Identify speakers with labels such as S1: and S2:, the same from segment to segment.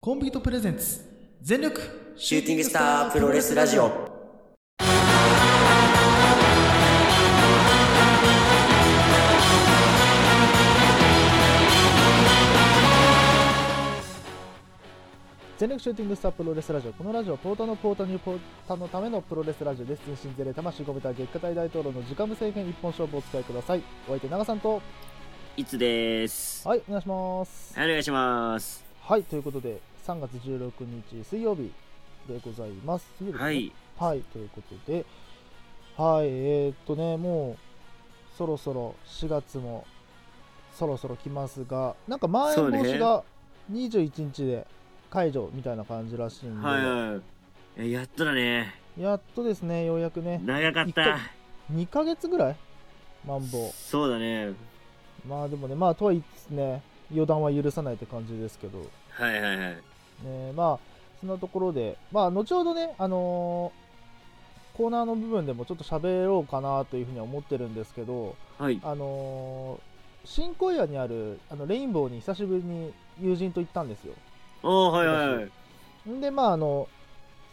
S1: コンビートプレゼンツ全力
S2: シューティングスタープロレスラジオ。
S3: 全力シューティングスタープロレスラジオこのラジオはポーターのポーターにポーターのためのプロレスラジオです全身全霊魂込めた月下大大統領の時間無制限一本勝負をお使いくださいお相手長さんと
S2: いつです。
S3: はいお願いします
S2: お願いします。
S3: はいということで3月16日水曜日でございます水曜日ですね
S2: はい。
S3: はいということではいえー、っとねもうそろそろ4月もそろそろ来ますがなんか前
S2: そう
S3: 申
S2: ね
S3: しが21日で解除みたいな感じらしいんで、
S2: はいはい。えやっとだね。
S3: やっとですねようやくね
S2: 長かっ
S3: 一
S2: た。
S3: 2ヶ月ぐらいマンボ
S2: そうだね。
S3: ウまあでもねまあとはいつね予断は許さないって感じですけど、
S2: はいはいはい。
S3: ね、まあそんなところでまあ後ほどねあのーコーナーの部分でもちょっと喋ろうかなというふうには思ってるんですけど
S2: はい。
S3: あのー新小岩にあるあのレインボーに久しぶりに友人と行ったんですよ
S2: おー、はいはい。
S3: んでまああの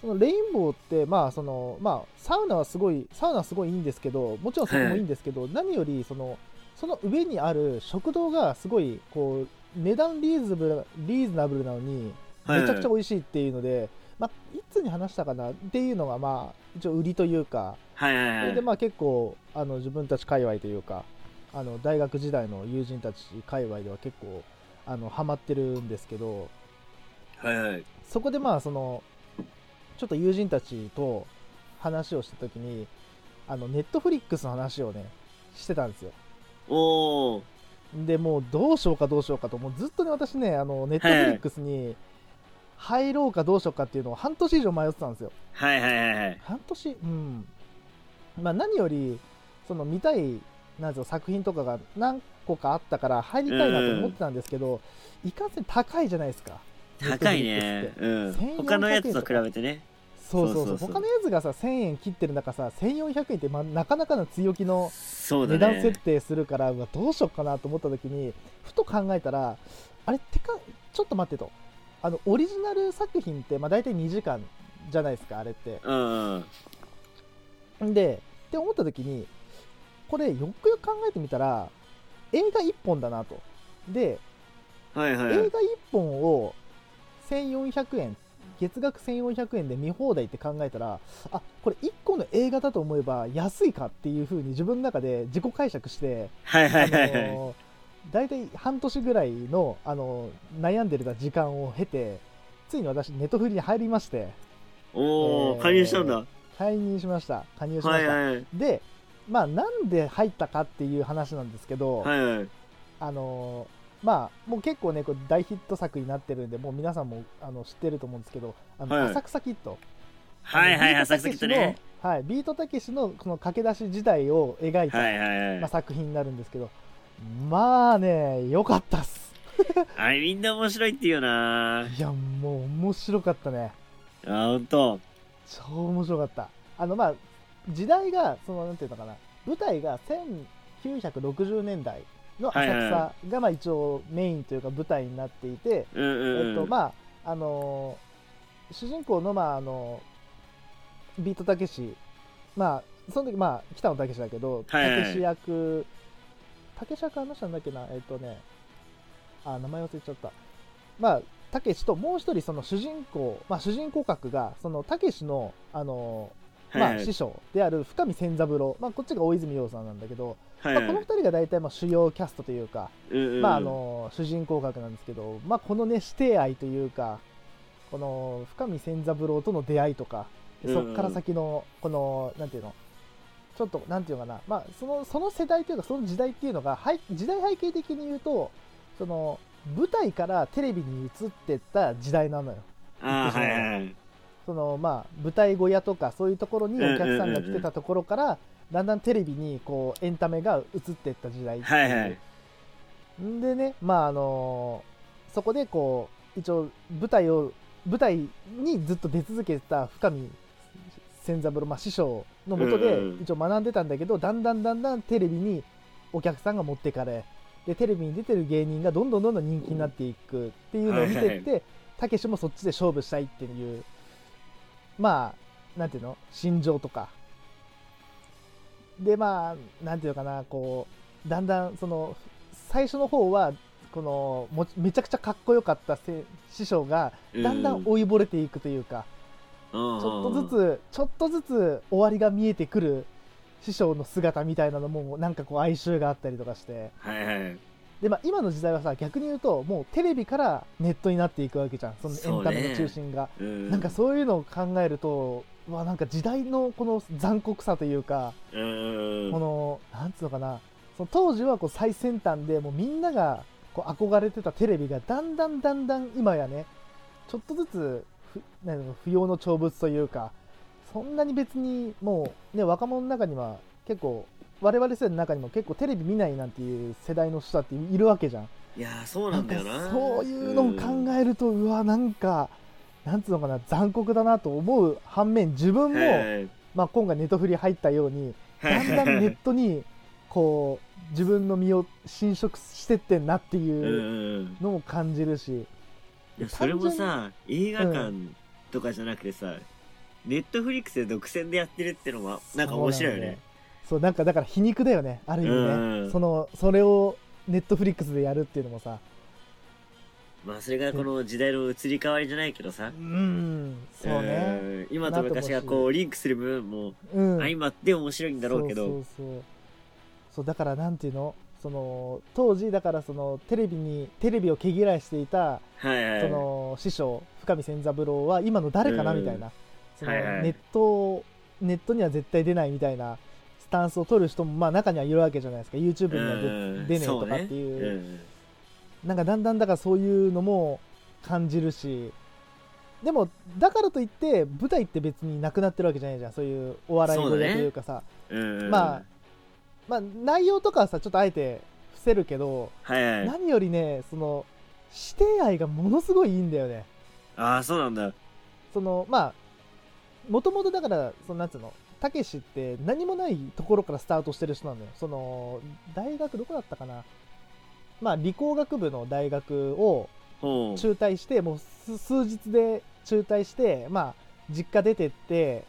S3: そのレインボーってまあそのまあサウナはすごいサウナはすごいいいんですけどもちろんそこもいいんですけど何よりそのその上にある食堂がすごいこう値段リーズブルリーズナブルなのに
S2: はいはい
S3: めちゃくちゃ美味しいっていうので、まあいつに話したかなっていうのがまあ一応売りというか
S2: はいはい
S3: そ
S2: は
S3: れ
S2: い。
S3: でまあ結構あの自分たち界隈というかあの大学時代の友人たち界隈では結構あのハマってるんですけど
S2: はいはい。
S3: そこでまあそのちょっと友人たちと話をした時にあのネットフリックスの話をねしてたんですよ
S2: おー。
S3: でもうどうしようかどうしようかともうずっとね私ねあのネットフリックスに入ろうかどうしようかっていうのを半年以上迷ってたんですよ
S2: はいはいはいはい。
S3: 半年うんまあ何よりその見たいなんていうの作品とかが何個かあったから入りたいなと思ってたんですけど、いかんせん高いじゃないですか
S2: 高いね。うん。他のやつと比べてね。
S3: そうそうそう
S2: そうそうそう
S3: 他のやつがさ1000円切ってる中さ1400円って、まあ、なかなかの強気の
S2: そうだ
S3: 値
S2: ね。
S3: 段設定するから、うわどうしようかなと思った時にふと考えたらあれてかちょっと待ってとあのオリジナル作品って、まあ、大体2時間じゃないですかあれって
S2: うんうん。
S3: でって思った時にこれよくよく考えてみたら映画1本だなとで
S2: はいはい。
S3: 映画1本を1400円月額1400円で見放題って考えたらあこれ1個の映画だと思えば安いかっていうふうに自分の中で自己解釈して、
S2: はい
S3: あの
S2: はいはいはい。
S3: ー大体半年ぐらいの、あのー悩んでた時間を経てついに私ネットフリに入りまして
S2: お
S3: え
S2: ー、
S3: ー
S2: 加入したんだ。は
S3: 介入しました加入しまし
S2: い
S3: た、
S2: はい。
S3: でまあなんで入ったかっていう話なんですけど、
S2: はいはい。
S3: あのーまあもう結構ねこれ大ヒット作になってるんでもう皆さんもあの知ってると思うんですけど「あの
S2: はい
S3: 浅草キッド」
S2: はいはい
S3: あ
S2: は
S3: の
S2: い。浅草来たね。、
S3: ビートたけしのはい、ビートたけしのこの駆け出し時代を描いた、
S2: はいはいはい
S3: まあ、。作品になるんですけどまあね良かったっす
S2: あれみんな面白いって言うよなあ
S3: いやもう面白かったね
S2: 本当
S3: 超面白かったあのまあ時代がそのなんていうのかな舞台が1960年代の浅
S2: はいは
S3: 草がまあ一応メインというか舞台になっていて、
S2: うんうんうん
S3: えっとまああのー主人公のまああのビートたけしまあその時まあ北野たけしだけどた
S2: はいはい
S3: けし役たけし役あの人なんだっけなえっとねあ名前忘れちゃったまあたけしともう一人その主人公まあ主人公格がそのたけしのあのー
S2: はい
S3: まあ、
S2: はい
S3: 師匠である深見千三郎、まあ、こっちが大泉洋さんなんだけど、
S2: はい
S3: ま
S2: は
S3: あ、こ
S2: い
S3: の二人が大体まあ主要キャストというか、
S2: うんうん
S3: まああの主人公格なんですけど、まあ、このね師弟愛というかこの深見千三郎との出会いとかでそこから先のこのなんていうのちょっとなんていうのかな、まあ、そのその世代というかその時代っていうのがはい時代背景的に言うとその舞台からテレビに移ってった時代なのよ。
S2: あーはいはいはい
S3: そのまあ舞台小屋とかそういうところにお客さんが来てたところから、だんだんテレビにこうエンタメが移っていった時代っていう
S2: はいはい
S3: んでねまああのそこでこう一応舞台を舞台にずっと出続けてた深見千三郎、まあ、師匠のもとで
S2: うんうん
S3: 一応学んでたんだけど、だんだんだんだんテレビにお客さんが持ってかれでテレビに出てる芸人がどんどんどんどん人気になっていくっていうのを見てって、
S2: はいはい
S3: でたけしもそっちで勝負したいっていうまあなんていうの心情とかでまあなんていうのかなこうだんだんその最初の方はこのもめちゃくちゃかっこよかったせ師匠がだんだん追いぼれていくというか、
S2: ちょ
S3: ちょっとずつちょっとずつ終わりが見えてくる師匠の姿みたいなのもなんかこう哀愁があったりとかして
S2: はいはい
S3: で、まあ、今の時代はさ逆に言うともうテレビからネットになっていくわけじゃんそのエンタメの中心が、
S2: うん
S3: なんかそういうのを考えるとうわなんか時代のこの残酷さというか、
S2: うん
S3: このなんつうのかなその当時はこう最先端でもうみんながこう憧れてたテレビがだんだんだんだん今やねちょっとずつふなんだろう不要の長物というかそんなに別にもうね若者の中には結構我々世代の中にも結構テレビ見ないなんていう世代の人だっているわけじゃん
S2: いやーそうなんだよな
S3: かそういうのを考えると、うわなんかなんつうのかな残酷だなと思う反面自分も、
S2: え
S3: まあ、今回ネットフリ入ったようにだんだんネットにこう自分の身を侵食してってんなっていうのも感じるし、
S2: いやそれもさ映画館とかじゃなくてさ、ネットフリックスで独占でやってるってのはなんか面白いよね
S3: そうなんかだから皮肉だよねある意味ね、
S2: うん
S3: そのそれをネットフリックスでやるっていうのもさ
S2: まあそれがこの時代の移り変わりじゃないけどさ、
S3: うんそうね、
S2: うん今と昔がこうリンクする部分も
S3: うん
S2: 相まって面白いんだろうけ
S3: そう
S2: ど
S3: そうそうそうだからなんていうのその当時だからそのテレビにテレビを毛嫌いしていた
S2: はいはい
S3: その師匠深見千三郎は今の誰かな
S2: うん
S3: みたいな、その
S2: はいはい
S3: ネットネットには絶対出ないみたいなスタンスを取る人もまあ中にはいるわけじゃないですか YouTube には出,、
S2: うん
S3: ねえとかっていう
S2: そうね
S3: なんかだんだんだからそういうのも感じるしでもだからといって舞台って別になくなってるわけじゃないじゃんそういうお笑い
S2: そ
S3: 小
S2: う
S3: 屋
S2: だ
S3: と
S2: ね
S3: いうかさ、
S2: うんうん
S3: まあまあ内容とかはさちょっとあえて伏せるけど、
S2: はいはい
S3: 何よりねその師弟愛がものすごいいいんだよね
S2: ああそうなんだ
S3: そのまあもともとだからそのなんつうのたけしって何もないところからスタートしてる人なんだよその大学どこだったかなまあ理工学部の大学を
S2: ほう
S3: 中退してもう数数日で中退してまあ実家出てって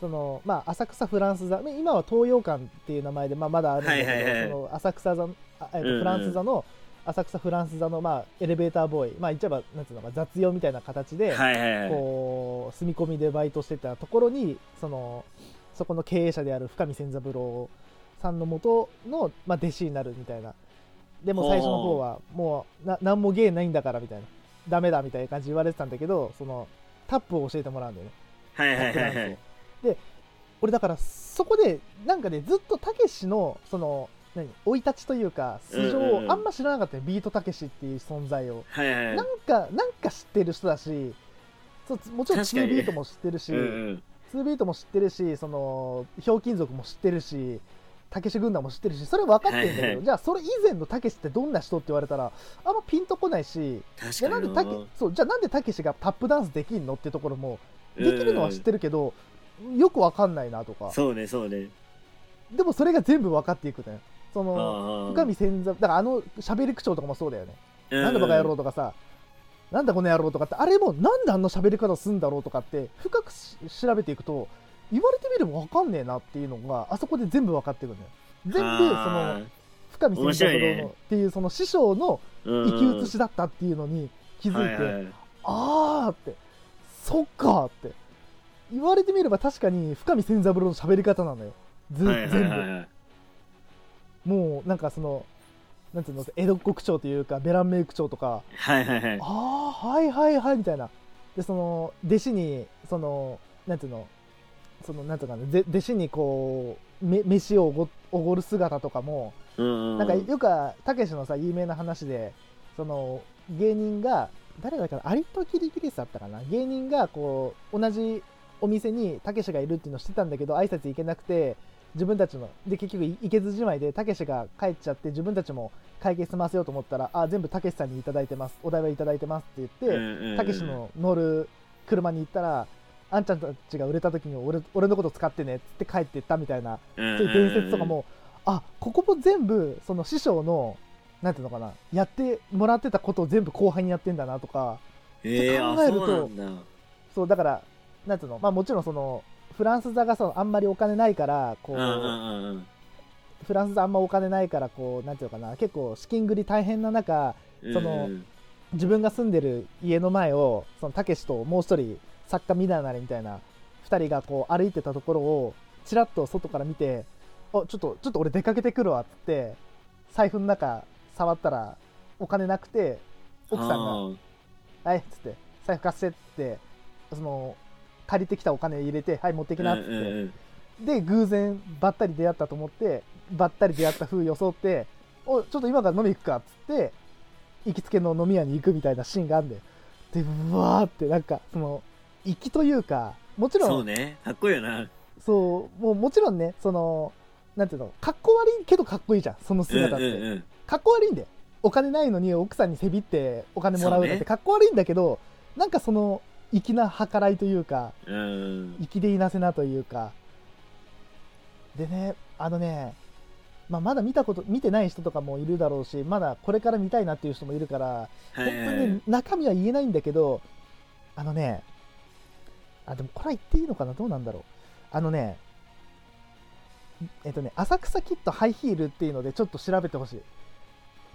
S3: そのまあ浅草フランス座まあ今は東洋館っていう名前で、まあ、まだあるんだけど、
S2: はいはいはい
S3: その浅草座のあえっと
S2: うんうん
S3: フランス座の浅草フランス座の、まあ、エレベーターボーイまあ言っちゃえばなんつうのか雑用みたいな形で、
S2: はいはいはい
S3: こう住み込みでバイトしてたところにそのそこの経営者である深見千三郎さんの元の、まあ、弟子になるみたいなでも最初の方はもうな何も芸ないんだからみたいなダメだみたいな感じで言われてたんだけどそのタップを教えてもらうんだよね
S2: はいはいはい
S3: タ
S2: は
S3: ップダン
S2: い
S3: スをで俺だからそこでなんかねずっとたけしのその何生い立ちというか素性
S2: うんうんうん
S3: をあんま知らなかったよ、ビートたけしっていう存在を。
S2: はいはい
S3: なんか、なんか知ってる人だし、そうもちろん
S2: 確
S3: 2
S2: かに
S3: ビートも知ってるし、
S2: うんうん
S3: 2ビートも知ってるし、その、ひょうきん族も知ってるし、たけし軍団も知ってるし、それは分かってるんだ
S2: は
S3: け
S2: いは
S3: ど、
S2: い
S3: じゃあそれ以前のたけしってどんな人って言われたら、あんまピンとこないし、
S2: 確
S3: じゃあな
S2: か
S3: んで
S2: に
S3: たけ、そう、じゃあなんでたけしがタップダンスできんのってところも、できるのは知ってるけど、よく分かんないなと
S2: うん
S3: か、
S2: そうねそうね
S3: でもそれが全部分かっていくね。その、深
S2: 深
S3: 見千三、だからあの喋り口調とかもそうだよね。
S2: な
S3: なんだバカ野郎とかさ、なんだこの野郎とかって、あれもなんであんな喋り方すんだろうとかって、深くし調べていくと、言われてみれば分かんねえなっていうのが、あそこで全部分かってくるのよ。全部、その、深見千三郎
S2: 面白い
S3: の
S2: ね
S3: っていう、その師匠の
S2: の
S3: 生き写しだったっていうのに気づいて、あーって、そっかーって。言われてみれば確かに深見千三郎の喋り方なのよ。ず
S2: はいはい
S3: 全
S2: はい
S3: 部。
S2: はい
S3: もう、なんかその、なんていうの、江戸っ子口調というか、ベランメイク調とか、
S2: はいはいはい
S3: ああはいはいはいみたいなでその弟子にそのなんていうのそのなんていうのかなぜ弟子にこうめ飯をおごおごる姿とかも、
S2: うん
S3: なんかよくはたけしのさ有名な話でその芸人が誰だっけなアリとキリギリスだったかな芸人がこう同じお店にたけしがいるっていうのをしてたんだけど挨拶行けなくて自分たちので結局い行けずじまいでたけしが帰っちゃって自分たちも会計済ませようと思ったらあ全部たけしさんにいただいてますお代はいただいてますって言って、たけしの乗る車に行ったら、あんちゃんたちが売れた時に俺俺のこと使ってねっつって帰ってったみたいな、
S2: そう
S3: そういう伝説とかも、あここも全部、その師匠の、なんていうのかな、やってもらってたことを全部後輩にやってんだなとか、
S2: ええー、あ
S3: 考えると
S2: そうなんだ
S3: そうだからなんつうのまあもちろんそのフランス座がそのあんまりお金ないからこ
S2: う
S3: う、
S2: んうんうん
S3: フランス座あんまお金ないからこうなんていうのかな結構資金繰り大変な中
S2: うん
S3: その
S2: うん
S3: 自分が住んでる家の前をそのたけしともう一人作家みだなりみたいな2人がこう歩いてたところをちらっと外から見て「あちょっとちょっと俺出かけてくるわ」っつって財布の中触ったらお金なくて奥さんが「はい」っつって「財布貸して」ってその借りてきたお金入れて「はい持ってきな」っつって、
S2: うんうんうん
S3: で偶然ばったり出会ったと思ってばったり出会った風装って「おちょっと今から飲み行くか」っつって行きつけの飲み屋に行くみたいなシーンがあんででうわーってなんかその行きというかもちろん
S2: そうねかっこいいよな
S3: そうもうもちろんねそのなんていうのかっこ悪いけどかっこいいじゃんその姿って、
S2: うんうん
S3: かっこ悪いんだよお金ないのに奥さんにせびってお金もらうなん
S2: そう
S3: て
S2: ね
S3: かっこ悪いんだけど、なんかその粋な計らいというか
S2: うんうん
S3: 粋でいなせなというかでねあのね、まあ、まだ見たこと見てない人とかもいるだろうしまだこれから見たいなっていう人もいるから
S2: は
S3: 本
S2: いは
S3: 当に
S2: い
S3: ね中身は言えないんだけどあのねあでもこれは言っていいのかなどうなんだろうあのねえっとね浅草キットハイヒールっていうのでちょっと調べてほしい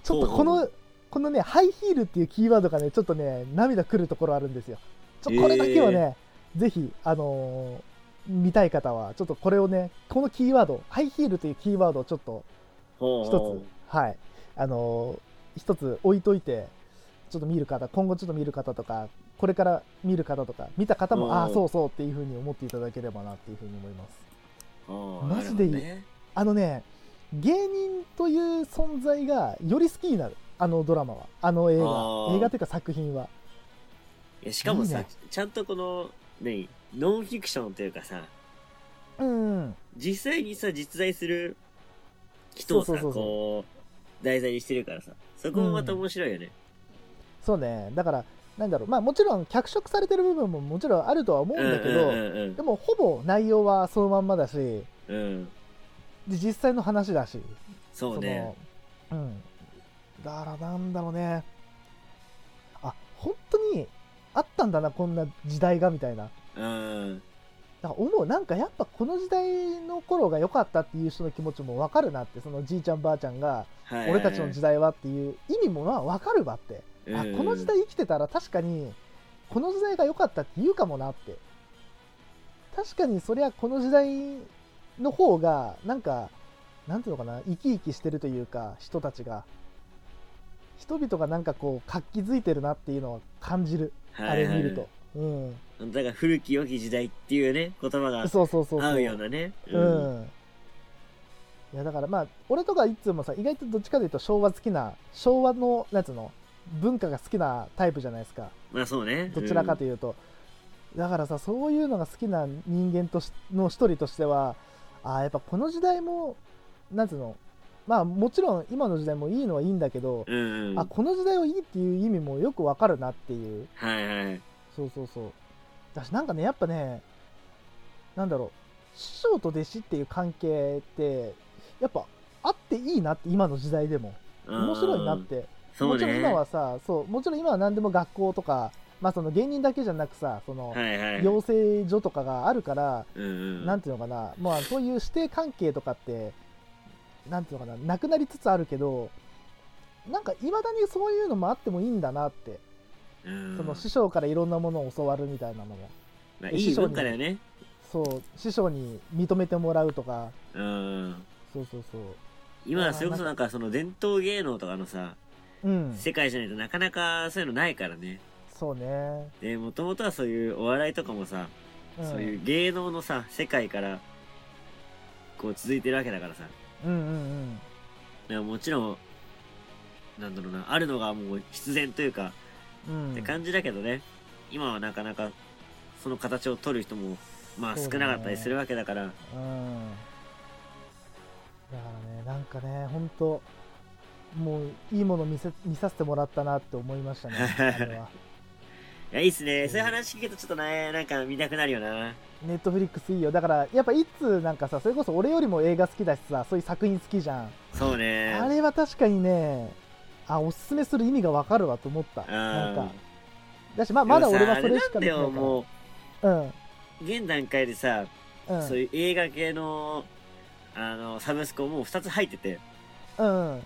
S3: ちょっとこ
S2: ほうほ
S3: のこのねハイヒールっていうキーワードがねちょっとね涙くるところあるんですよちょこれだけはね、ぜひあのー見たい方はちょっとこれをねこのキーワードハイヒールというキーワードをちょっと
S2: ほうほう
S3: 一つはいあのー一つ置いといてちょっと見る方今後ちょっと見る方とかこれから見る方とか見た方
S2: う
S3: も
S2: ん
S3: ああそうそうっていうふうに思っていただければなっていうふうに思います
S2: ああ
S3: マジでいい
S2: なるほどね
S3: あのね芸人という存在がより好きになるあのドラマはあの映
S2: あ
S3: 画
S2: ー
S3: 映画というか作品はい
S2: やしかもさ
S3: いいね
S2: ちゃんとこの何ノンフィクションというかさ
S3: うんうん
S2: 実際にさ実在する人を
S3: そ
S2: さ
S3: うそうそうそう
S2: こう題材にしてるからさそこもまた面白いよね、
S3: そうねだからなんだろうまあもちろん脚色されてる部分ももちろんあるとは思うんだけど、
S2: うんうん
S3: でもほぼ内容はそのまんまだしで
S2: うんうん
S3: 実際の話だし
S2: そうね
S3: そのうんだからなんだろうねあ本当にあったんだなこんな時代がみたいな
S2: うん
S3: だから思うなんかやっぱこの時代の頃が良かったっていう人の気持ちも分かるなってそのじいちゃんばあちゃんが
S2: はい
S3: 俺たちの時代はっていう意味もまあ分かるわって、あ
S2: うん
S3: この時代生きてたら確かにこの時代が良かったって言うかもなって確かにそりゃこの時代の方がなんかなんていうのかな生き生きしてるというか人たちが人々がなんかこう活気づいてるなっていうのを感じる、
S2: はいはい
S3: あれ見ると、うん、
S2: だから古き良き時代っていうね言葉が
S3: そうそうそうそう
S2: 合うようなねん
S3: うんいやだからまあ俺とかいつもさ意外とどっちかというと昭和好きな昭和のなんつうの文化が好きなタイプじゃないですか
S2: まあそうね
S3: どちらかと
S2: いう
S3: いうと、だからさそういうのが好きな人間としの一人としてはあーやっぱこの時代もなんつうのまあもちろん今の時代もいいのはいいんだけど、
S2: うんうん、うん
S3: あこの時代をいいっていう意味もよくわかるなっていう
S2: はいはい
S3: そうそうそうだしなんかねやっぱねなんだろう師匠と弟子っていう関係ってやっぱあっていいなって今の時代でも面白いなっ
S2: うん
S3: て、
S2: そうね
S3: もちろん今はさそうもちろん今は何でも学校とかまあその芸人だけじゃなくさその、
S2: はいはい
S3: 養成所とかがあるから、
S2: うんうん
S3: なんていうのかなまあそういう師弟関係とかってなんていうのかななくなりつつあるけどなんかいまだにそういうのもあってもいいんだなって
S2: うん
S3: その師匠からいろんなものを教わるみたいなのも
S2: まあ、いい文化だよね
S3: そう師匠に認めてもらうとか
S2: うん
S3: そうそうそう
S2: 今はそれこそなんかその伝統芸能とかのさ
S3: うん
S2: 世界じゃないとなかなかそういうのないからね
S3: そうね、
S2: でもともとはそういうお笑いとかもさ、
S3: うん、
S2: そういう芸能のさ世界からこう続いてるわけだからさだか
S3: うんうん
S2: らもちろんなんだろうなあるのがもう必然というか、
S3: うんうん
S2: って感じだけどね今はなかなかその形を取る人もまあ
S3: そう
S2: 少
S3: だね
S2: なかったりするわけだから
S3: うんだからねなんかね本当もういいもの見せ見させてもらったなって思いましたね あれはい
S2: やいいっすねそういう話聞けるとちょっとねなんか見たくなるよな
S3: ネットフリックスいいよだからやっぱいつなんかさそれこそ俺よりも映画好きだしさそういう作品好きじゃん、
S2: そうね
S3: あれは確かにねあおすすめする意味がわかるわと思った
S2: うん
S3: なんかだし、まあ、まだ
S2: でも
S3: 俺
S2: さ
S3: はそれしか
S2: あ
S3: 見て
S2: れ
S3: な
S2: ないん
S3: か
S2: だ
S3: ら。
S2: よ、も
S3: うん。
S2: う、現段階でさ、
S3: うん。
S2: そういう映画系の、あの、サブスクもう2つ入ってて、
S3: うんうん。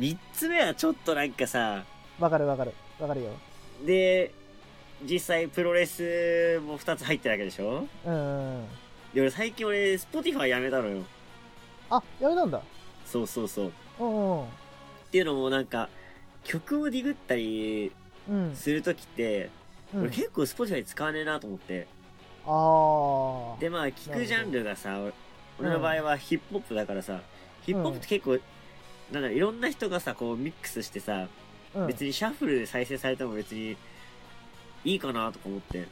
S2: 3つ目はちょっとなんかさ、
S3: わかるわかる。わかるよ。
S2: で、実際プロレスも2つ入ってるわけでしょ
S3: うんうんうん。
S2: で、俺最近俺、スポティファイやめたのよ。
S3: あ、やめたんだ。
S2: そうそうそう。っ
S3: うんうん。
S2: ていうのもなんか、曲をディグったり
S3: うん。
S2: するときって、
S3: うん
S2: 俺結構スポティファイ使わねえなと思って。
S3: ああ。
S2: で、まあ、聞くジャンルがさ、俺俺の場合はヒップホップだからさ、ヒップホップって結構、なんだろういろんな人がさ、こうミックスしてさ、
S3: うん、
S2: 別にシャッフルで再生されても別にいいかなとか思って。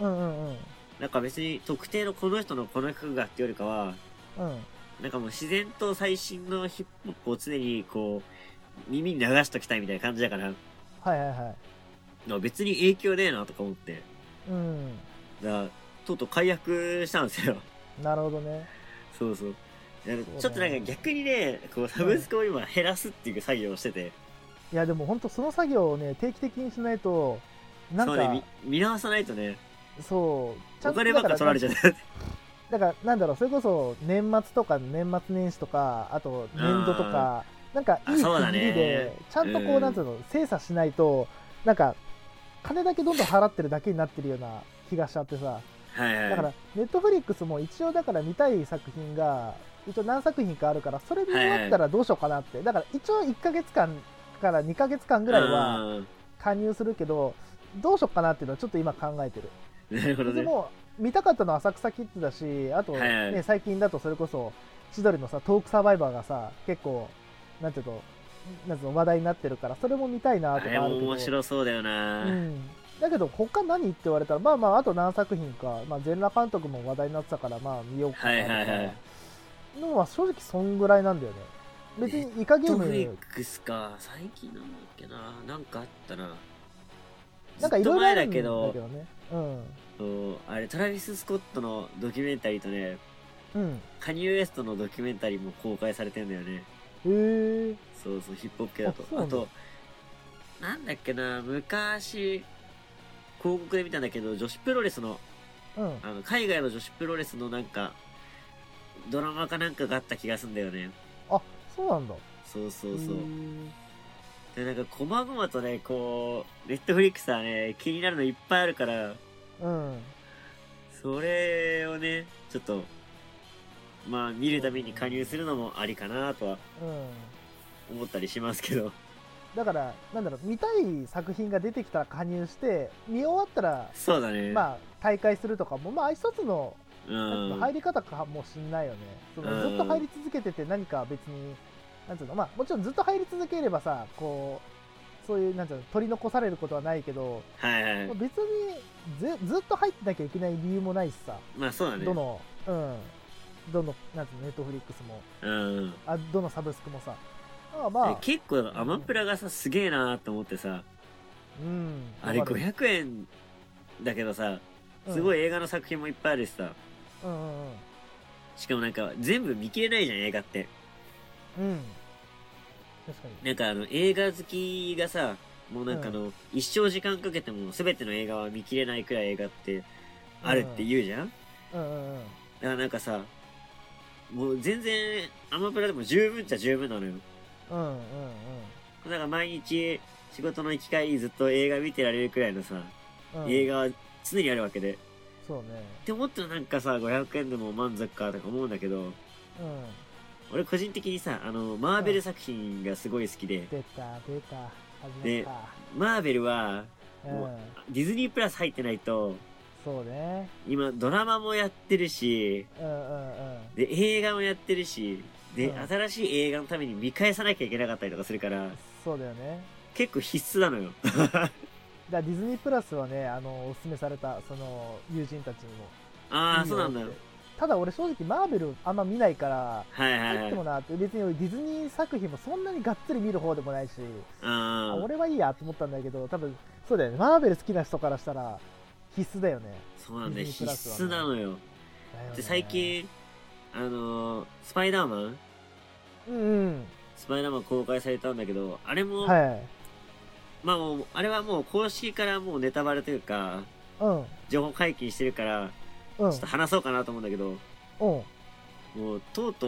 S3: うんうんうん。
S2: なんか別に特定のこの人のこの曲がってよりかは、
S3: うん。
S2: なんかもう自然と最新のヒップホップを常にこう、耳に流しときたいみたいな感じだから、
S3: はいはいはい。
S2: なんか別に影響ねえなとか思って。
S3: うん。
S2: だから、とうとう解約したんですよ。
S3: なるほどね。
S2: そうそう。な
S3: そうだ
S2: んか
S3: ね
S2: ちょっとなんか逆にね、こうサブスクを今減らすっていう作業をしてて、
S3: いや、でも本当その作業をね、定期的にしないと、なん
S2: そう
S3: か、
S2: ね、み見直さないとね、
S3: そう、ち
S2: お金ばっか取られちゃ
S3: う。
S2: う。
S3: だから、なんだろう、それこそ、年末とか、年末年始とか、あと、年度とか、なんか、いい
S2: あそうだ
S3: 区切
S2: ね
S3: りで、ちゃんとこ
S2: う
S3: う、
S2: ん
S3: なんつうの、精査しないと、なんか、金だけどんどん払ってるだけになってるような気がしちゃってさ。
S2: はいはい。
S3: だから、ネットフリックスも一応、だから見たい作品が、一応何作品かあるから、それ見終わったらどうしようかなって。だから、一応1ヶ月間から2ヶ月間ぐらいは
S2: うん
S3: 加入するけど、どうしようかなっていうのはちょっと今考えてる。
S2: なるほど
S3: で
S2: ね。
S3: も、見たかったのは浅草キッズだし、あと、ね
S2: はいはい
S3: 最近だとそれこそ、千鳥のさ、トークサバイバーがさ、結構、なんていうの、なんていうの、話題になってるから、それも見たいな
S2: あ
S3: とかある
S2: れ
S3: けど。
S2: も面白そうだよな、
S3: うん、だけど他何って言われたらまあまああと何作品か、まあ、全裸監督も話題になってたからまあ見ようかなとか、
S2: はいはいはい
S3: でもまあ正直そんぐらいなんだよね別にイカゲ
S2: ネ
S3: ー
S2: ットフリッ
S3: ム
S2: クスか。最近なんだっけな。なんかあったな。
S3: なんかいろいろ
S2: ずっと
S3: あ
S2: 前
S3: る
S2: だ
S3: んだ
S2: け
S3: けど
S2: ど、
S3: ねうん
S2: そうあれ、トラビス・スコットのドキュメンタリーとね、
S3: うん
S2: カニウエストのドキュメンタリーも公開されてんだよね。
S3: へえ
S2: そうそう、ヒップホップ系だと
S3: あ。そう
S2: あ
S3: なんだ
S2: と、なんだっけな、昔、広告で見たんだけど、女子プロレスの、
S3: うん
S2: あの、海外の女子プロレスのなんか、ドラマかなんかがあった気がすんだよね。
S3: あそうなんだ
S2: そうそうそう
S3: へ。
S2: で、なんか、こまごまとね、こう、ネットフリックスはね、気になるのいっぱいあるから、
S3: えうん
S2: それをね、ちょっと、まあ、見るために加入するのもありかなとは
S3: うん
S2: 思ったりしますけど。
S3: だからなんだろう見たい作品が出てきたら加入して見終わったら
S2: そうだね。
S3: まあ大会するとかもまあ一つの
S2: う
S3: なんか
S2: ん。
S3: 入り方かもしんないよね、その
S2: う
S3: ず
S2: ん
S3: っと入り続けてて何か別になんつうのまあもちろんずっと入り続ければさこうそういうなんつうの取り残されることはないけど、
S2: はいはい
S3: まあ。別にずずっと入ってなきゃいけない理由もないしさ、
S2: まあ、そうだね。
S3: どのうんどのなんつうのネットフリックスも
S2: うん。
S3: あどのサブスクもさまあま
S2: え
S3: あ
S2: 結構アマプラがさすげえなーと思ってさ
S3: うん
S2: あれ
S3: わかる
S2: 500円だけどさすごい映画の作品もいっぱいあるしさ
S3: うんうんうん
S2: しかもなんか全部見切れないじゃん映画って
S3: うん、うん、確かに
S2: なんかあの映画好きがさもうなんかあの、一生時間かけても全ての映画は見切れないくらい映画ってあるって言うじゃん、だ
S3: うんうんうん
S2: からなんかさもう全然アマプラでも十分っちゃ十分なのよ
S3: うんうんうん
S2: なんか毎日仕事の機会ずっと映画見てられるくらいのさ、
S3: うん
S2: 映画は常にあるわけで
S3: そうね
S2: って思ったらなんかさ、500円でも満足かとか思うんだけど、
S3: うん
S2: 俺個人的にさ、あの、マーベル作品がすごい好きで、
S3: 出た出た始
S2: で
S3: まっ
S2: マーベルは、
S3: た、う
S2: も
S3: ん
S2: う、ディズニープラス入ってないと、
S3: そうね
S2: 今ドラマもやってるし、
S3: うんうんうん
S2: で、映画もやってるし、で、
S3: うん
S2: 新しい映画のために見返さなきゃいけなかったりとかするから、
S3: そうだよね
S2: 結構必須なのよ。
S3: だからディズニープラスはねあのおすすめされたその友人たちにも
S2: ああ、
S3: いい
S2: そ
S3: よ
S2: うなんだ。
S3: ってただ俺正直マーベルあんま見ないから
S2: はいはい
S3: 入っても
S2: はい。
S3: なって別に俺ディズニー作品もそんなにがっつり見る方でもないし、あ
S2: ああ、
S3: 俺はいいやと思ったんだけど多分そうだよねマーベル好きな人からしたら必須だよね
S2: そうなんだよ。
S3: ディズ
S2: 必
S3: ニープラスはね
S2: 須なのよ。
S3: だよね
S2: で、最近、あのースパイダーマン
S3: うんうん
S2: スパイダーマン公開されたんだけど、あれも、
S3: はい
S2: まあもう、あれはもう公式からもうネタバレというか、
S3: うん
S2: 情報解禁してるから、
S3: うん
S2: ちょっと話そうかなと思うんだけど、
S3: うん
S2: もう、とうと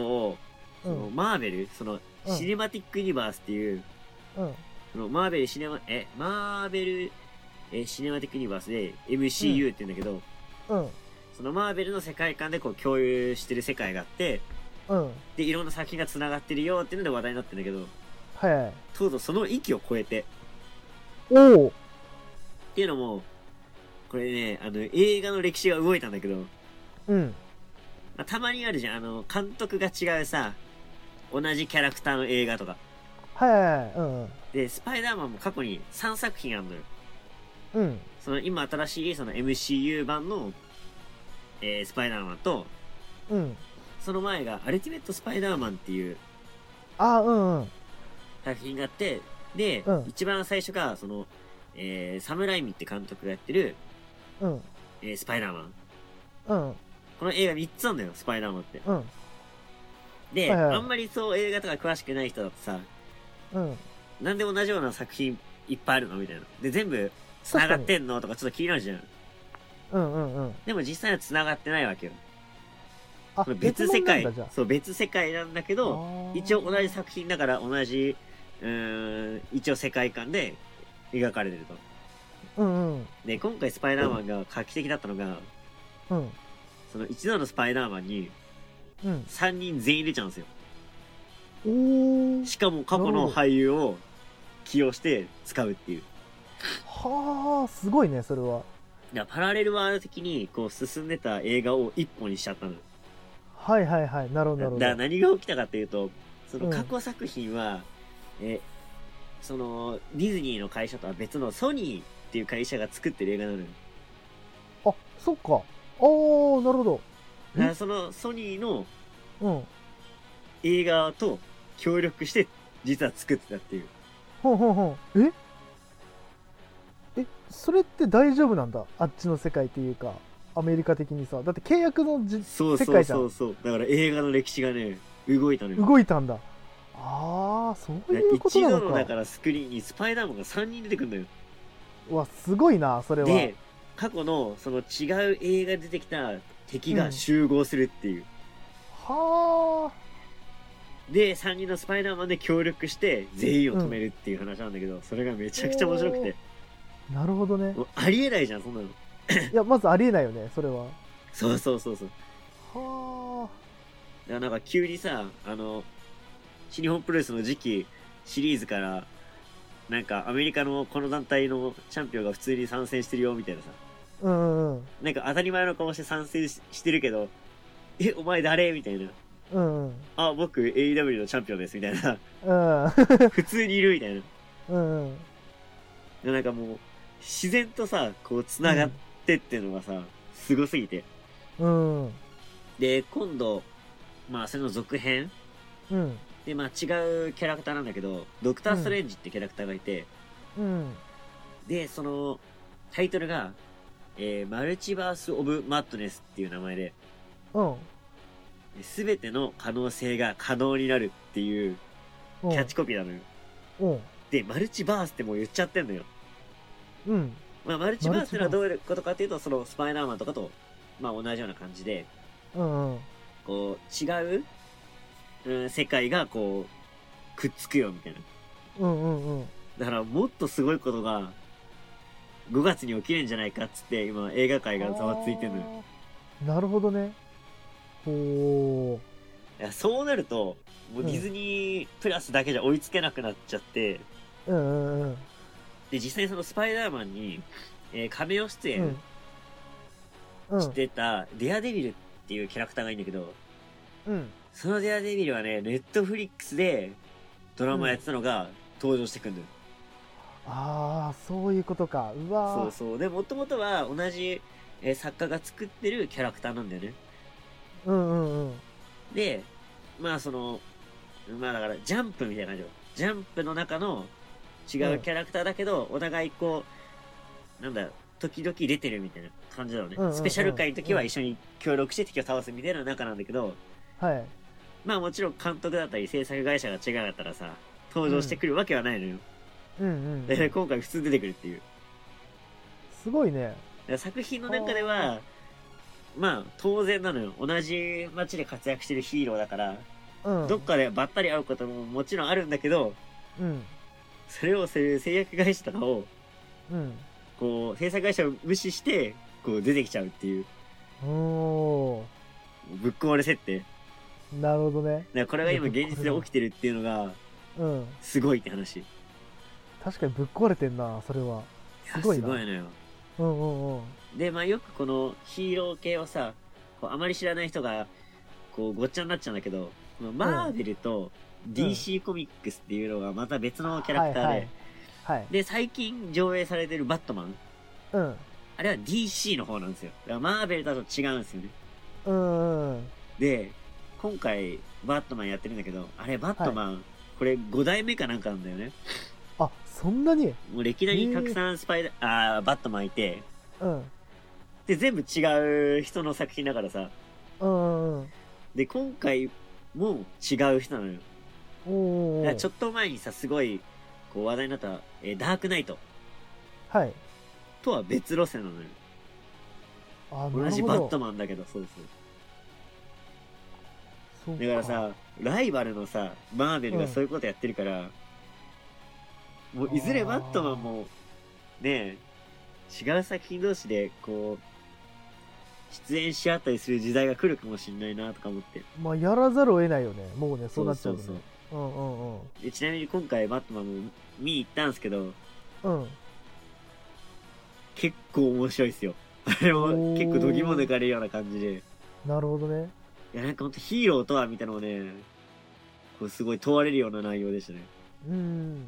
S2: う、その
S3: うん
S2: マーベル、その、
S3: うん
S2: シネマティックユニバースっていう、
S3: うん
S2: その、マーベルシネマ、え、マーベル、え、シネマティックユニバースで MCU って言うんだけど、
S3: うん
S2: そのマーベルの世界観でこう共有してる世界があって、
S3: うん
S2: で、いろんな作品が繋がってるよっていうので話題になってるんだけど、
S3: はい
S2: とうとうその域を超えて、
S3: おお
S2: っていうのも、これね、あの、映画の歴史が動いたんだけど、ま
S3: うん
S2: あたまにあるじゃん、あの、監督が違うさ、同じキャラクターの映画とか。
S3: はいはいうん
S2: で、スパイダーマンも過去に3作品あるのよ。
S3: うん
S2: その今新しいその MCU 版の、えースパイダーマンと、
S3: うん
S2: その前がアルティメットスパイダーマンっていう
S3: あうんうん
S2: 作品があって、で、
S3: うん
S2: 一番最初が、その、えーサムライミって監督がやってる、
S3: うん
S2: えースパイダーマン。
S3: うん
S2: この映画3つなんだよ、スパイダーマンって。
S3: うん
S2: で、
S3: はいはい
S2: あんまりそう映画とか詳しくない人だとさ、
S3: うん
S2: なんで同じような作品いっぱいあるのみたいな。で、全部繋がってんのとかちょっと気になるじゃん。
S3: うんうんうん
S2: でも実際は繋がってないわけよ。
S3: あ
S2: これ別世
S3: 物
S2: 界
S3: なんだじゃあ。
S2: そう、別世界なんだけど、一応同じ作品だから同じ、うーん、一応世界観で描かれてると。
S3: うんうん
S2: で、今回スパイダーマンが画期的だったのが、
S3: うん
S2: その一度のスパイダーマンに
S3: うん
S2: 3人全員入れちゃうんですよ。
S3: おー
S2: しかも過去の俳優を起用して使うっていう。
S3: はあすごいねそれは
S2: だからパラレルワールド的にこう進んでた映画を一本にしちゃったの。
S3: はいはいはいなるほどなるほ
S2: だから
S3: ど
S2: 何が起きたかっていうと、その
S3: うん
S2: 過去作品は、え、その、ディズニーの会社とは別のソニーっていう会社が作ってる映画なのよ。
S3: あそっかあーなるほど
S2: だからそのソニーの
S3: うん
S2: 映画と協力して、実は作ってたっていう。
S3: ほんほんほんええそれって大丈夫なんだあっちの世界っていうかアメリカ的にさだって契約のじ
S2: そ
S3: 世
S2: うそう
S3: 界じゃん
S2: そうそう。だから映画の歴史がね、動いたのよ。
S3: 動いたんだああそう
S2: だか
S3: い
S2: ら
S3: うこと
S2: 一
S3: な
S2: 度
S3: の
S2: の
S3: か
S2: だからスクリーンにスパイダーマンが3人出てくるのよ。
S3: うわすごいなそれは
S2: で、過去のその違う映画で出てきた敵が集合するっていう。
S3: は
S2: で、3人のスパイダーマンで協力して全員を止めるっていう話なんだけど、それがめちゃくちゃ面白くて。
S3: あなるほどね
S2: もうありえないじゃん、そんなの。
S3: いやまずありえないよねそれは
S2: そうそうそうそう。だ
S3: は
S2: からなんか急にさ、あの、新日本プロレスの次期シリーズから、なんかアメリカのこの団体のチャンピオンが普通に参戦してるよみたいなさ。
S3: あうんうんうん
S2: なんか当たり前の顔して参戦ししてるけど、え、お前誰みたいな。
S3: うんうん
S2: あ、僕 AEW のチャンピオンですみたいな。
S3: うん
S2: 普通にいるみたいな。
S3: うんうん
S2: でなんかもう、自然とさ、こう、繋がってっていうのがさ、すごすぎて。
S3: うんうん
S2: で、今度、まあ、それの続編
S3: うん
S2: で、まあ、違うキャラクターなんだけど、ドクター・ストレンジってキャラクターがいて、
S3: うん
S2: で、その、タイトルが、えーマルチバース・オブ・マットネスっていう名前で、
S3: うん
S2: すべての可能性が可能になるっていう
S3: う
S2: キ
S3: ん
S2: ャッチコピーなのよ。
S3: うん
S2: で、マルチバースってもう言っちゃってんのよ。
S3: うん
S2: まあ、マルチバースってのはどういうことかっていうと、その、スパイダーマンとかと、まあ、同じような感じで、
S3: うんうん
S2: こう、違う、うん、世界がこう、くっつくよ、みたいな。
S3: うんうんうん
S2: だから、もっとすごいことが、5月に起きるんじゃないかっつって、今、映画界がざわついてるのよ。
S3: あーなるほどねほ
S2: いやそうなると、もううんディズニープラスだけじゃ追いつけなくなっちゃって、
S3: ううんうんうん
S2: で、実際にそのスパイダーマンに、えー、亀を出
S3: う
S2: 演
S3: んうん
S2: してた、デアデビルっていうキャラクターがいいんだけど、
S3: うん
S2: そのデアデビルはね、ネットフリックスでドラマやってたのが登場してくるのよ。
S3: ああそういうことかうわー
S2: そうそう。で、もともとは同じ、えー作家が作ってるキャラクターなんだよね。
S3: うんうんうん
S2: で、まあその、まあだからジャンプみたいな感じよ。ジャンプの中の違うキャラクターだけど、お互いこう、なんだ、時々出てるみたいな感じだろうね。
S3: うんうんうん
S2: スペシャル回の時は一緒に協力して敵を倒すみたいな中なんだけど、
S3: はい
S2: まあもちろん監督だったり制作会社が違かったらさ、登場してくるわけはないのよ。
S3: うんうん
S2: だから 今回普通に出てくるっていう。
S3: すごいね
S2: だから作品の中では、まあ当然なのよ。同じ街で活躍してるヒーローだから、
S3: うん
S2: どっかでばったり会うことももちろんあるんだけど、
S3: うん
S2: それをそういう制約会社とかを、
S3: う
S2: こう、制作会社を無視して、こう出てきちゃうっていう、
S3: んお
S2: ぶっ壊れ設定。だか
S3: ーなるほどね
S2: らこれが今現実で起きてるっていうのが、
S3: うん
S2: すごいって話。
S3: 確かにぶっ壊れてんなそれはすごい
S2: す
S3: な
S2: ごいのよ。
S3: うんうんうん
S2: で、まあよくこのヒーロー系をさ、こうあまり知らない人が、こう、ごっちゃになっちゃうんだけど、まあマーベルと DC コミックスっていうのがまた別のキャラクターで、
S3: はいはいはい
S2: で、最近上映されてるバットマン、
S3: うん
S2: あれは DC の方なんですよ。だからマーベルだと違うんですよね。
S3: うんうん
S2: で、今回、バットマンやってるんだけど、あれ、バットマン、これ5代目かなんかなんだよね。
S3: あそんなに
S2: もう歴代にたくさんスパイダー、あーバットマンいて、
S3: うん
S2: で、全部違う人の作品だからさ、
S3: うんうん
S2: で、今回も違う人なのよ。
S3: おおー
S2: だからちょっと前にさ、すごい、こう話題になった、えーダークナイト
S3: はい
S2: とは別路線なのよ。
S3: あ
S2: 同じ
S3: な
S2: バ
S3: る
S2: ッ
S3: ほ
S2: ト
S3: ど
S2: マンだけど、そうそう。
S3: そう
S2: だからさ、ライバルのさ、マーベルがそういうことやってるから、もういずれバットマンも、ねえ、違う作品同士で、こう、出演し合ったりする時代が来るかもしんないなとか思って。
S3: まあやらざるを得ないよねもうねそうなっちゃうよね
S2: そうそう
S3: うんうんうん
S2: でちなみに今回バットマンも見に行ったんですけど、
S3: うん
S2: 結構面白いですよ。あれも結構度肝抜かれるような感じで。い
S3: なるほどね
S2: や、なんかほんとヒーローとはみたいなのをね、こうすごい問われるような内容でしたね。
S3: うん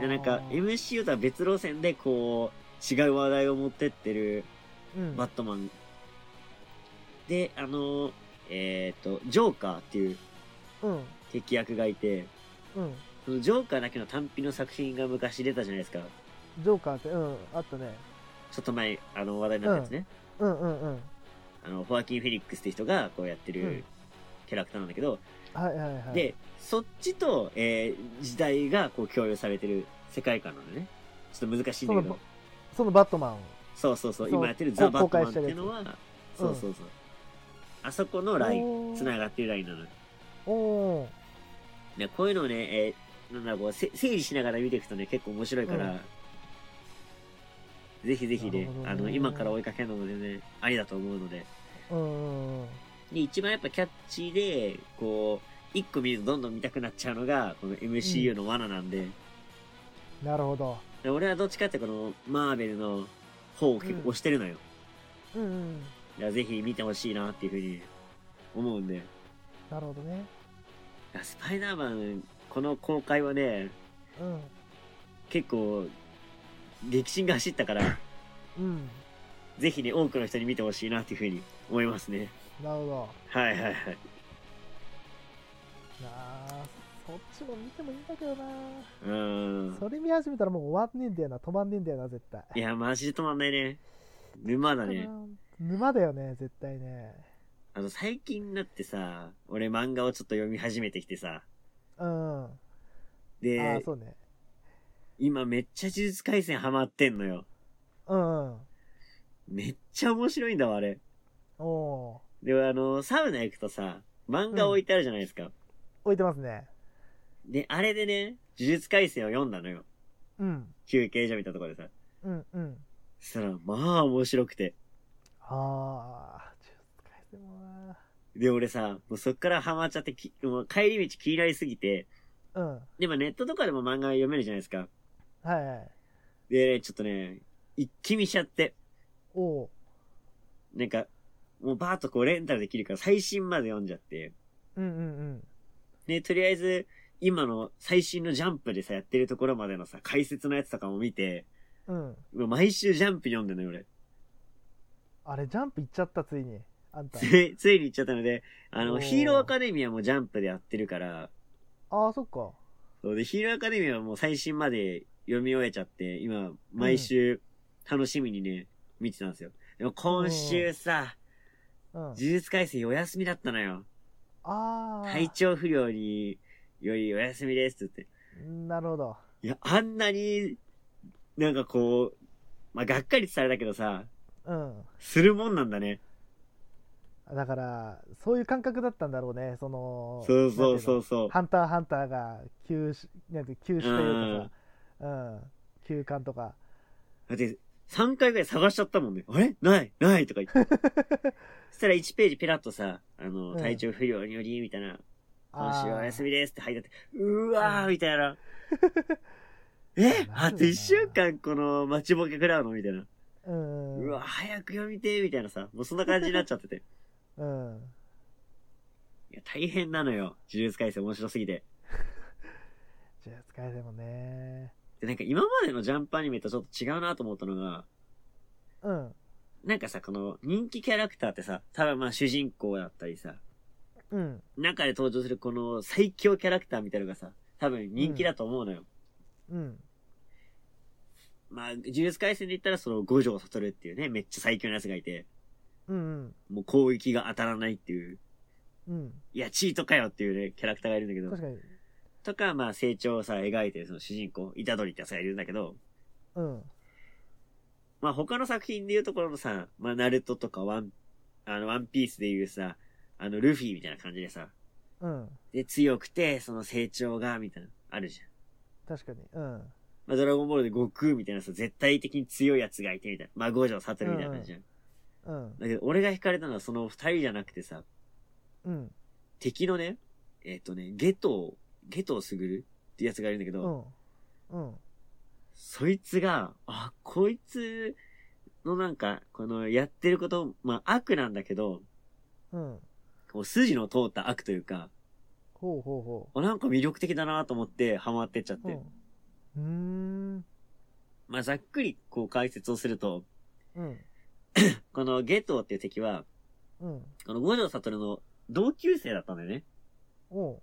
S2: いや、なんか MCU とは別路線でこう、違う話題を持ってってる
S3: うん
S2: バットマン。で、あのー、えっ、と、ジョーカーっていう
S3: うん
S2: 敵役がいて、
S3: うん
S2: そのジョーカーだけの単品の作品が昔出たじゃないですか。
S3: ジョーカーってうんあったね
S2: ちょっと前、あの、話題になったやつね。
S3: うんうんうん
S2: あの、ホアキン・フェニックスって人がこうやって
S3: う
S2: る
S3: ん
S2: キャラクターなんだけど、
S3: はいはいはい
S2: で、そっちと、えー時代がこう共有されてる世界観なのね。ちょっと難しいんだけ
S3: そ
S2: ど
S3: の。そのバットマン
S2: そうそうそう、
S3: そう
S2: 今やってる
S3: こ
S2: ザ・バットマン
S3: 公開
S2: って
S3: してる
S2: い
S3: や
S2: う
S3: つ
S2: のは、そうそうそう。あそこのライン、
S3: おー
S2: つながってるラインなの。
S3: おお
S2: ね、こういうのをね、えーなんだろうこう、せ整理しながら見ていくとね、結構面白いから、ぜひぜひ
S3: な
S2: ね
S3: るほどね
S2: あの、今から追いかけるのも全然ありだと思うので。
S3: ーうんうん
S2: で、一番やっぱキャッチーで、こう、一個見るとどんどん見たくなっちゃうのが、この MCU の罠なんで、
S3: なるほど
S2: で俺はどっちかってこの、マーベルの方を結構推してるのよ。
S3: うんうん
S2: いや、ぜひ見てほしいなっていうふうに思うんで。い
S3: なるほどね
S2: やスパイダーマン、この公開はね、
S3: うん
S2: 結構、激震が走っ たから、
S3: うん
S2: ぜひね、多くの人に見てほしいなっていうふうに思いますね。
S3: なるほど
S2: はいはいはい。
S3: なあそっちも見てもいいんだけどな
S2: うーん。
S3: それ見始めたらもう終わんねえんだよな止まんねえんだよな絶対
S2: いや、マジで止まんないね。沼だね。
S3: 沼だよね絶対ね
S2: あの、最近になってさ、俺漫画をちょっと読み始めてきてさ、
S3: うんああ
S2: で、
S3: そうね
S2: 今めっちゃ呪術廻戦ハマってんのよ。
S3: うんうん
S2: めっちゃ面白いんだわ、あれ。
S3: おお
S2: で、あの、サウナ行くとさ、漫画置いてあるじゃないですか。
S3: ー置いてますね
S2: で、あれでね、呪術廻戦を読んだのよ。
S3: うん
S2: 休憩所見たところでさ。
S3: うんうん
S2: そしたら、まあ面白くて。
S3: ああちょっと返せもな
S2: で、俺さ、もうそっからハマっちゃってき、もう帰り道気になりすぎて、
S3: うん
S2: でもネットとかでも漫画読めるじゃないですか。
S3: はいはい
S2: で、ちょっとね、一気見しちゃって、
S3: おお
S2: なんか、もうバーッとこうレンタルできるから最新まで読んじゃって。
S3: ーうんうんうん
S2: で、とりあえず、今の最新のジャンプでさ、やってるところまでのさ、解説のやつとかも見て、
S3: うん。
S2: もう毎週ジャンプ読んでんのよ、俺。
S3: あれ、ジャンプ行っちゃった、ついに。あん た。
S2: つい、ついに行っちゃったので、あ
S3: お
S2: の、
S3: ー
S2: ヒーローアカデミアもジャンプでやってるから、
S3: ああ、そっか。
S2: そうで、ヒーローアカデミアはもう最新まで読み終えちゃって、今、毎週、楽しみにね、見てたんですよ。でも今週さ、
S3: うん。あ
S2: 呪術改正お休みだったのよ。
S3: あー。
S2: 体調不良に、よりお休みですって言って。
S3: なるほど。
S2: いや、あんなに、なんかこう、まあ、がっかりって言ったらあれだけどさ、
S3: うん
S2: するもんなんだね。
S3: だからそういう感覚だったんだろうねその
S2: そうそ
S3: なん
S2: うそ
S3: ていう
S2: そう
S3: の。ハンターハンターが休止なんて休止というかさ、うん休館とか
S2: だって、3回ぐらい探しちゃったもんね。あれないないとか 言って。そしたら1ページペラッとさ、あの、
S3: うん
S2: 体調不良により、みたいな、今週はお休
S3: み
S2: みですって入ってて、うわー、みた いな。え
S3: なるよな
S2: あと1週間この待ちぼけ食らうのみたいな。
S3: うん
S2: うわ、早く読みてーみたいなさ、もうそんな感じになっちゃってて。
S3: うん
S2: いや、大変なのよ。呪術改正面白すぎて。
S3: じゃあ疲れてもね
S2: で、なんか今までのジャンプアニメとちょっと違うなと思ったのが、
S3: うん
S2: なんかさ、この人気キャラクターってさ、ただまあ主人公だったりさ、
S3: うん
S2: 中で登場するこの最強キャラクターみたいなのがさ、多分人気だと思うのよ。
S3: うん
S2: まあ、呪術回戦で言ったらその五条悟っていうね、めっちゃ最強なやつがいて、
S3: うんうん
S2: もう攻撃が当たらないっていう、
S3: うん
S2: いや、チートかよっていうね、キャラクターがいるんだけど
S3: 確、かに
S2: とか、まあ成長をさ、描いてるその主人公、イタドリってやつがいるんだけど、
S3: うん
S2: まあ他の作品でいうところのさ、まあナルトとかワン、あのワンピースでいうさ、あのルフィみたいな感じでさ、
S3: うん
S2: で強くて、その成長が、みたいな、あるじゃん。
S3: 確かにうん
S2: まあドラゴンボールで悟空みたいなさ、絶対的に強いやつがいてみたいな。まあ五条悟みたいな感じじゃん。
S3: うん
S2: だけど俺が惹かれたのはその二人じゃなくてさ、
S3: うん
S2: 敵のね、えっ、とね、ゲトウ、ゲトウスグルってやつがいるんだけ
S3: う
S2: ど、
S3: んうん
S2: そいつが、あ、こいつのなんか、このやってること、まあ悪なんだけど、
S3: うん
S2: こう筋の通った悪というか、
S3: ほうほうほ
S2: あなんか魅力的だなと思ってハマってっちゃっ
S3: う
S2: て。
S3: うんうーん
S2: まあ、ざっくりこう解説をすると、
S3: うん
S2: このゲトウっていう敵は、
S3: うん
S2: この五条悟の同級生だったんだよね。
S3: おう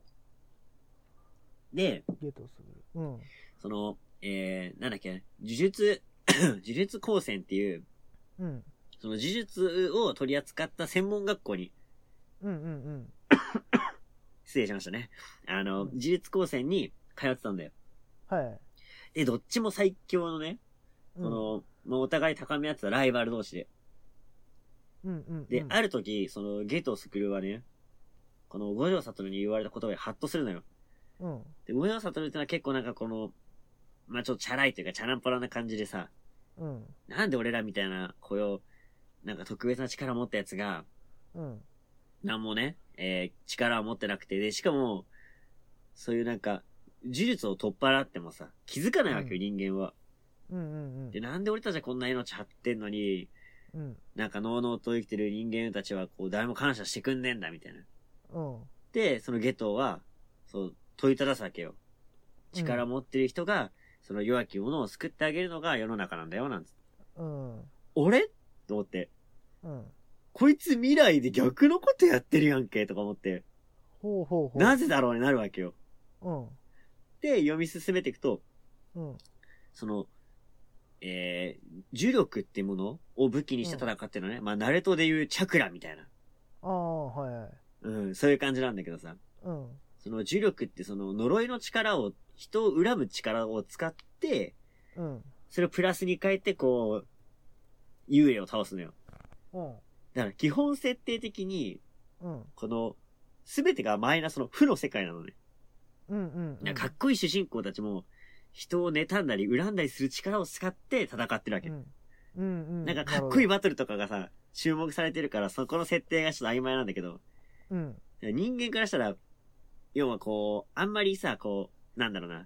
S2: で、
S3: ゲットするうん
S2: その、えー、なんだっけ、呪術、 呪術高専っていう、
S3: うん
S2: その呪術を取り扱った専門学校に、
S3: うんうんうん
S2: 失礼しましたね。あの、呪術高専に通ってたんだよ。
S3: はい
S2: で、どっちも最強のね、
S3: う
S2: そ
S3: ん
S2: の、まあ、お互い高め合ってたライバル同士で。
S3: うんうん
S2: で、
S3: うん
S2: ある時、その、ゲートをスクールはね、この五条悟に言われた言葉にハッとするのよ。
S3: うん
S2: で、五条悟ってのは結構なんかこの、まあちょっとチャラいというかチャランポラな感じでさ、
S3: うん
S2: なんで俺らみたいな、こよ、なんか特別な力持ったやつが、
S3: うん
S2: なんもね、えー、力を持ってなくて、で、しかも、そういうなんか、呪術を取っ払ってもさ、気づかないわけ
S3: う
S2: よ、
S3: ん
S2: 人間は。
S3: うんうん
S2: で、なんで俺たちはこんな命張ってんのに、
S3: うん
S2: なんか、のうのうと生きてる人間たちは、こう、誰も感謝してくんねえんだ、みたいな。
S3: うん
S2: で、そのゲトは、そう、問いただすわけよ。力持ってる人が、その弱き者を救ってあげるのが世の中なんだよ、なんつって。
S3: うん
S2: 俺と思って。
S3: うん
S2: こいつ未来で逆のことやってるやんけ、とか思って。
S3: ほうほうほう
S2: なぜだろうになるわけよ。
S3: うん
S2: で、読み進めていくと、
S3: うん
S2: その、えー、呪力ってものを武器にして戦ってるのね。まあ、ナルトでいうチャクラみたいな。
S3: ああはいはい
S2: うん、そういう感じなんだけどさ。
S3: うん
S2: その呪力ってその呪いの力を、人を恨む力を使って、
S3: うん
S2: それをプラスに変えて、こう、幽霊を倒すのよ。
S3: うん
S2: だから基本設定的に、
S3: うん
S2: この、すべてがマイナスの負の世界なのね。
S3: うんうんうん
S2: なんかかっこいい主人公たちも、人を妬んだり恨んだりする力を使って戦ってるわけ。
S3: うんうんうん
S2: なんかかっこい
S3: なる
S2: いバトルとかがさ、注目されてるから、そこの設定がちょっと曖昧なんだけど、
S3: ほどうん
S2: 人間からしたら、要はこう、あんまりさ、こう、なんだろうな、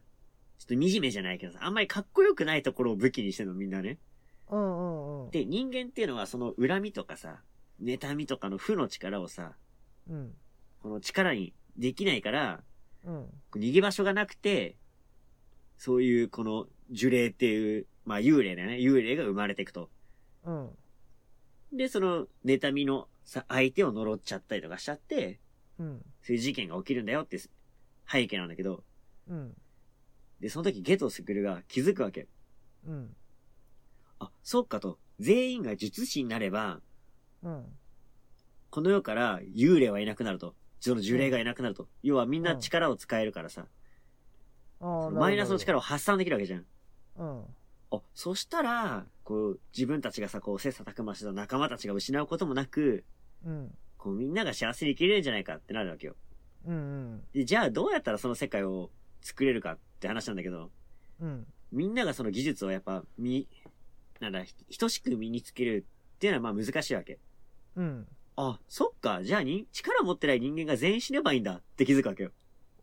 S2: ちょっと惨めじゃないけどさ、あんまりかっこよくないところを武器にしてるのみんなね。
S3: うんうんうん
S2: で、人間っていうのはその恨みとかさ、妬みとかの負の力をさ、
S3: うん
S2: この力にできないから、
S3: うん
S2: 逃げ場所がなくて、そういうこの呪霊っていう、まあ幽霊だよね。幽霊が生まれていくと。
S3: うん
S2: で、その妬みのさ、相手を呪っちゃったりとかしちゃって、
S3: うん
S2: そういう事件が起きるんだよってす背景なんだけど、
S3: うん
S2: で、その時ゲトスクルが気づくわけ。
S3: うん
S2: あ、そうかと。全員が術師になれば、
S3: うん
S2: この世から幽霊はいなくなると。その呪霊がいなくなると。要はみんな力を使えるからさ。
S3: ああ
S2: マイナスの力を発散できるわけじゃん。
S3: うん
S2: あ、そしたら、こう、自分たちがさ、こう、切磋琢磨した仲間たちが失うこともなく、
S3: うん
S2: こう、みんなが幸せに生きれるんじゃないかってなるわけよ。
S3: うんうん
S2: で、じゃあどうやったらその世界を作れるかって話なんだけど、
S3: うん
S2: みんながその技術をやっぱ、み、なんだ、ひ等しく身につけるっていうのはまあ難しいわけ。
S3: うん
S2: あ、そっか、じゃあに、力持ってない人間が全員死ねばいいんだって気づくわけよ。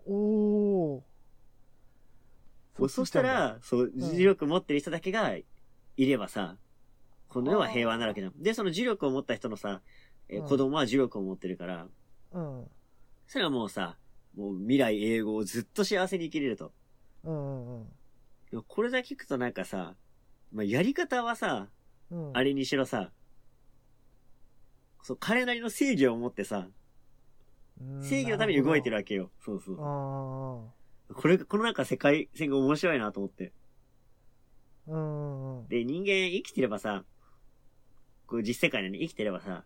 S3: おお
S2: そうそしたら、そう、
S3: ん
S2: 重力持ってる人だけがいればさ、この世は平和になるわけじゃん。で、その重力を持った人のさ、えー
S3: うん
S2: 子供は重力を持ってるから、
S3: うん
S2: それはもうさ、もう未来永劫をずっと幸せに生きれると。
S3: うんうん
S2: でもこれだけ聞くとなんかさ、まあ、やり方はさ、
S3: うん
S2: あれにしろさ、そう、彼なりの正義を持ってさ、正義のために動いてる
S3: わ
S2: わけよ。そうそ
S3: け
S2: う。
S3: あ
S2: これ、このなんか世界線が面白いなと思って。
S3: あうんうん
S2: で、人間生きてればさ、こう実世界でね、生きてればさ、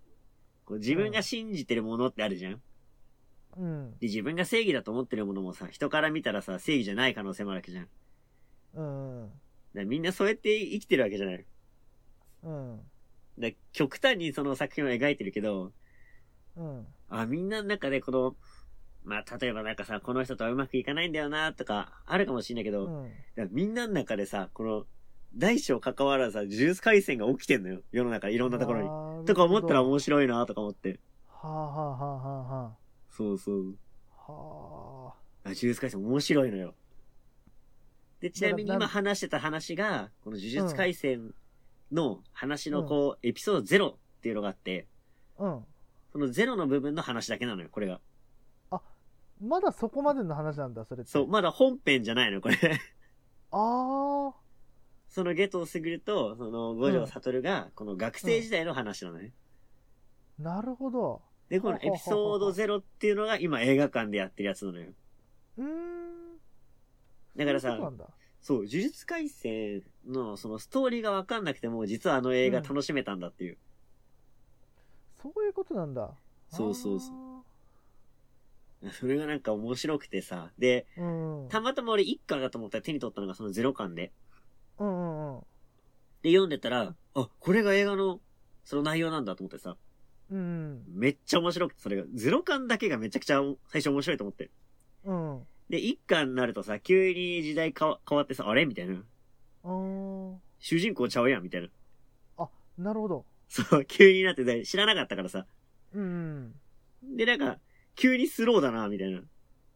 S2: こう自分が信じてるものってあるじゃん、で、
S3: うん
S2: 自分が正義だと思ってるものもさ、人から見たらさ、正義じゃない可能性もあるわけじゃん。だか
S3: うん
S2: らみんなそうやって生きてるわけじゃない。だか
S3: うん
S2: ら極端にその作品を描いてるけど、
S3: うん
S2: あ、みんなの中でこの、まあ、例えばなんかさ、この人とはうまくいかないんだよな、とか、あるかもしれないけど、だからみんなの中でさ、この、大小関わらずさ、呪術回戦が起きてんのよ。世の中、いろんなところに。
S3: に
S2: とか思ったら
S3: は
S2: 面白いな、とか思って。
S3: あはあはあはあはあ
S2: そうそう。
S3: はあ。
S2: あ、呪術廻戦面白いのよ。で、ちなみに
S3: だから
S2: 今
S3: な
S2: 話してた話が、この呪術廻戦の話のこう、エピソード0っていうのがあって、
S3: うん。
S2: その0の部分の話だけなのよ、これが。
S3: まだそこまでの話なんだ、それって。
S2: そう、。まだ本編じゃないのよ、これ。
S3: ああ。
S2: そのゲトをすぐると、その五条悟が、この学生時代の話なのね。
S3: なるほど。
S2: で、このエピソード0っていうのが今映画館でやってるやつなのよ。
S3: うーん。
S2: だから
S3: そういうこ
S2: さ
S3: とな、んだ。
S2: そう、呪術廻戦のそのストーリーがわかんなくても、実はあの映画楽しめたんだっていう。
S3: そういうことなんだ。
S2: そうそうそうそれがなんか面白くてさ。で、
S3: う。うん。
S2: たまたま俺1巻だと思ったら手に取ったのがその0巻で。
S3: うんうんうん。
S2: で、読んでたら、あ、これが映画の、その内容なんだと思ってさ。
S3: うん
S2: めっちゃ面白くて、それが。0巻だけがめちゃくちゃ最初面白いと思って。
S3: うん。うん。
S2: で、1巻になるとさ、急に時代かわ変わってさ、あれみたいな。
S3: あ
S2: 主人公ちゃうやん、みたいな。
S3: あ。なるほど。
S2: そう、急になってて知らなかったからさ。
S3: うん。
S2: で、なんか、急にスローだな、みたいな。だ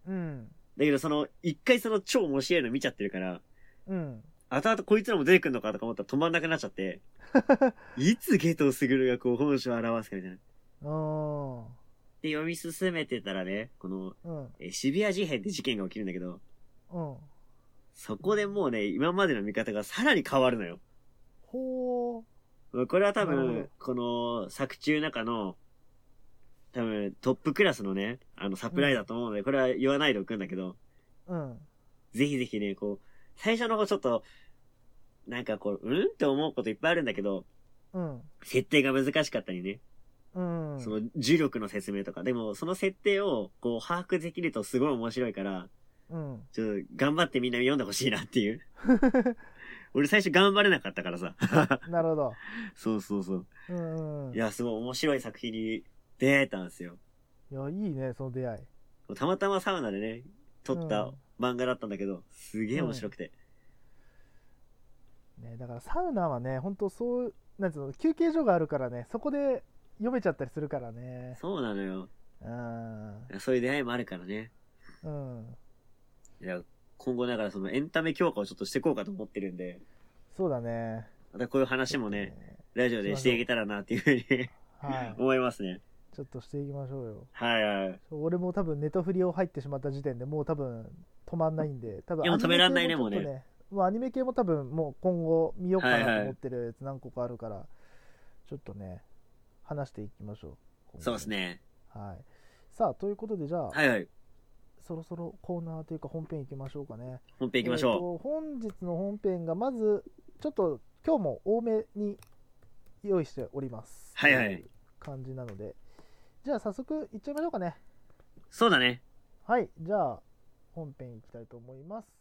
S3: うん。
S2: けどその、一回その超面白いの見ちゃってるから、
S3: うん。
S2: 後々こいつらも出てくんのかとか思ったら止まんなくなっちゃって、いつゲトウスグルがこう本性を表すかみたいな。
S3: あ
S2: で、読み進めてたらね、この、
S3: あ。うん。
S2: えーシビア事変って事件が起きるんだけど、
S3: うん。
S2: そこでもうね、今までの見方がさらに変わるのよ。
S3: ほう。
S2: これは多
S3: な
S2: 分
S3: る、
S2: この作中の中の、多分トップクラスのね、あのサプライズだと思うので、これは言わないでおくんだけど、
S3: うん。
S2: ぜひぜひね、こう、最初の方ちょっと、なんかこう、うんって思うこといっぱいあるんだけど、
S3: うん。
S2: 設定が難しかったりね、
S3: うん。
S2: その重力の説明とか、でもその設定をこう把握できるとすごい面白いから、
S3: うん。
S2: ちょっと頑張ってみんな読んでほしいなっ ていう。俺最初頑張れなかったからさ。
S3: なるほど。
S2: そうそうそう。
S3: うん。うん
S2: い、や、すごい面白い作品に出会えたんですよ。
S3: いや、いいね、その出会い。
S2: たまたまサウナでね、撮った
S3: うん
S2: 漫画だったんだけど、すげえ面白くて。
S3: ね、だからサウナはね、本当そう、なんつうの、休憩所があるからね、そこで読めちゃったりするからね。
S2: そうなのよ。
S3: うん。
S2: そういう出会いもあるからね。
S3: うん。
S2: いや、今後だからそのエンタメ強化をちょっとしていこうかと思ってるんで、
S3: そうだね。
S2: またこういう話もね、。ラジオでしていけたらなっていうふうに
S3: は
S2: 思いますね。
S3: い。ちょっとしていきましょうよ。
S2: はいはい。
S3: 俺も多分ネトフリを入ってしまった時点でもう多分止まんないんで、多分
S2: いやもう止めらんないね
S3: アニメ系
S2: もう
S3: ちょっともうアニメ系も多分もう今後見ようかな
S2: はいはい
S3: と思ってるやつ何個かあるから、ちょっとね、話していきましょう。今後
S2: そうです。ね。
S3: はい。さあ、ということでじゃあ、
S2: はいはい。
S3: そろそろコーナーというか本編行きましょうかね。
S2: 本編行きましょう。
S3: えーと本日の本編がまずちょっと今日も多めに用意しております
S2: はいはい
S3: とう感じなのでじゃあ早速いっちゃいましょうかね
S2: そうだね。
S3: はいじゃあ本編いきたいと思います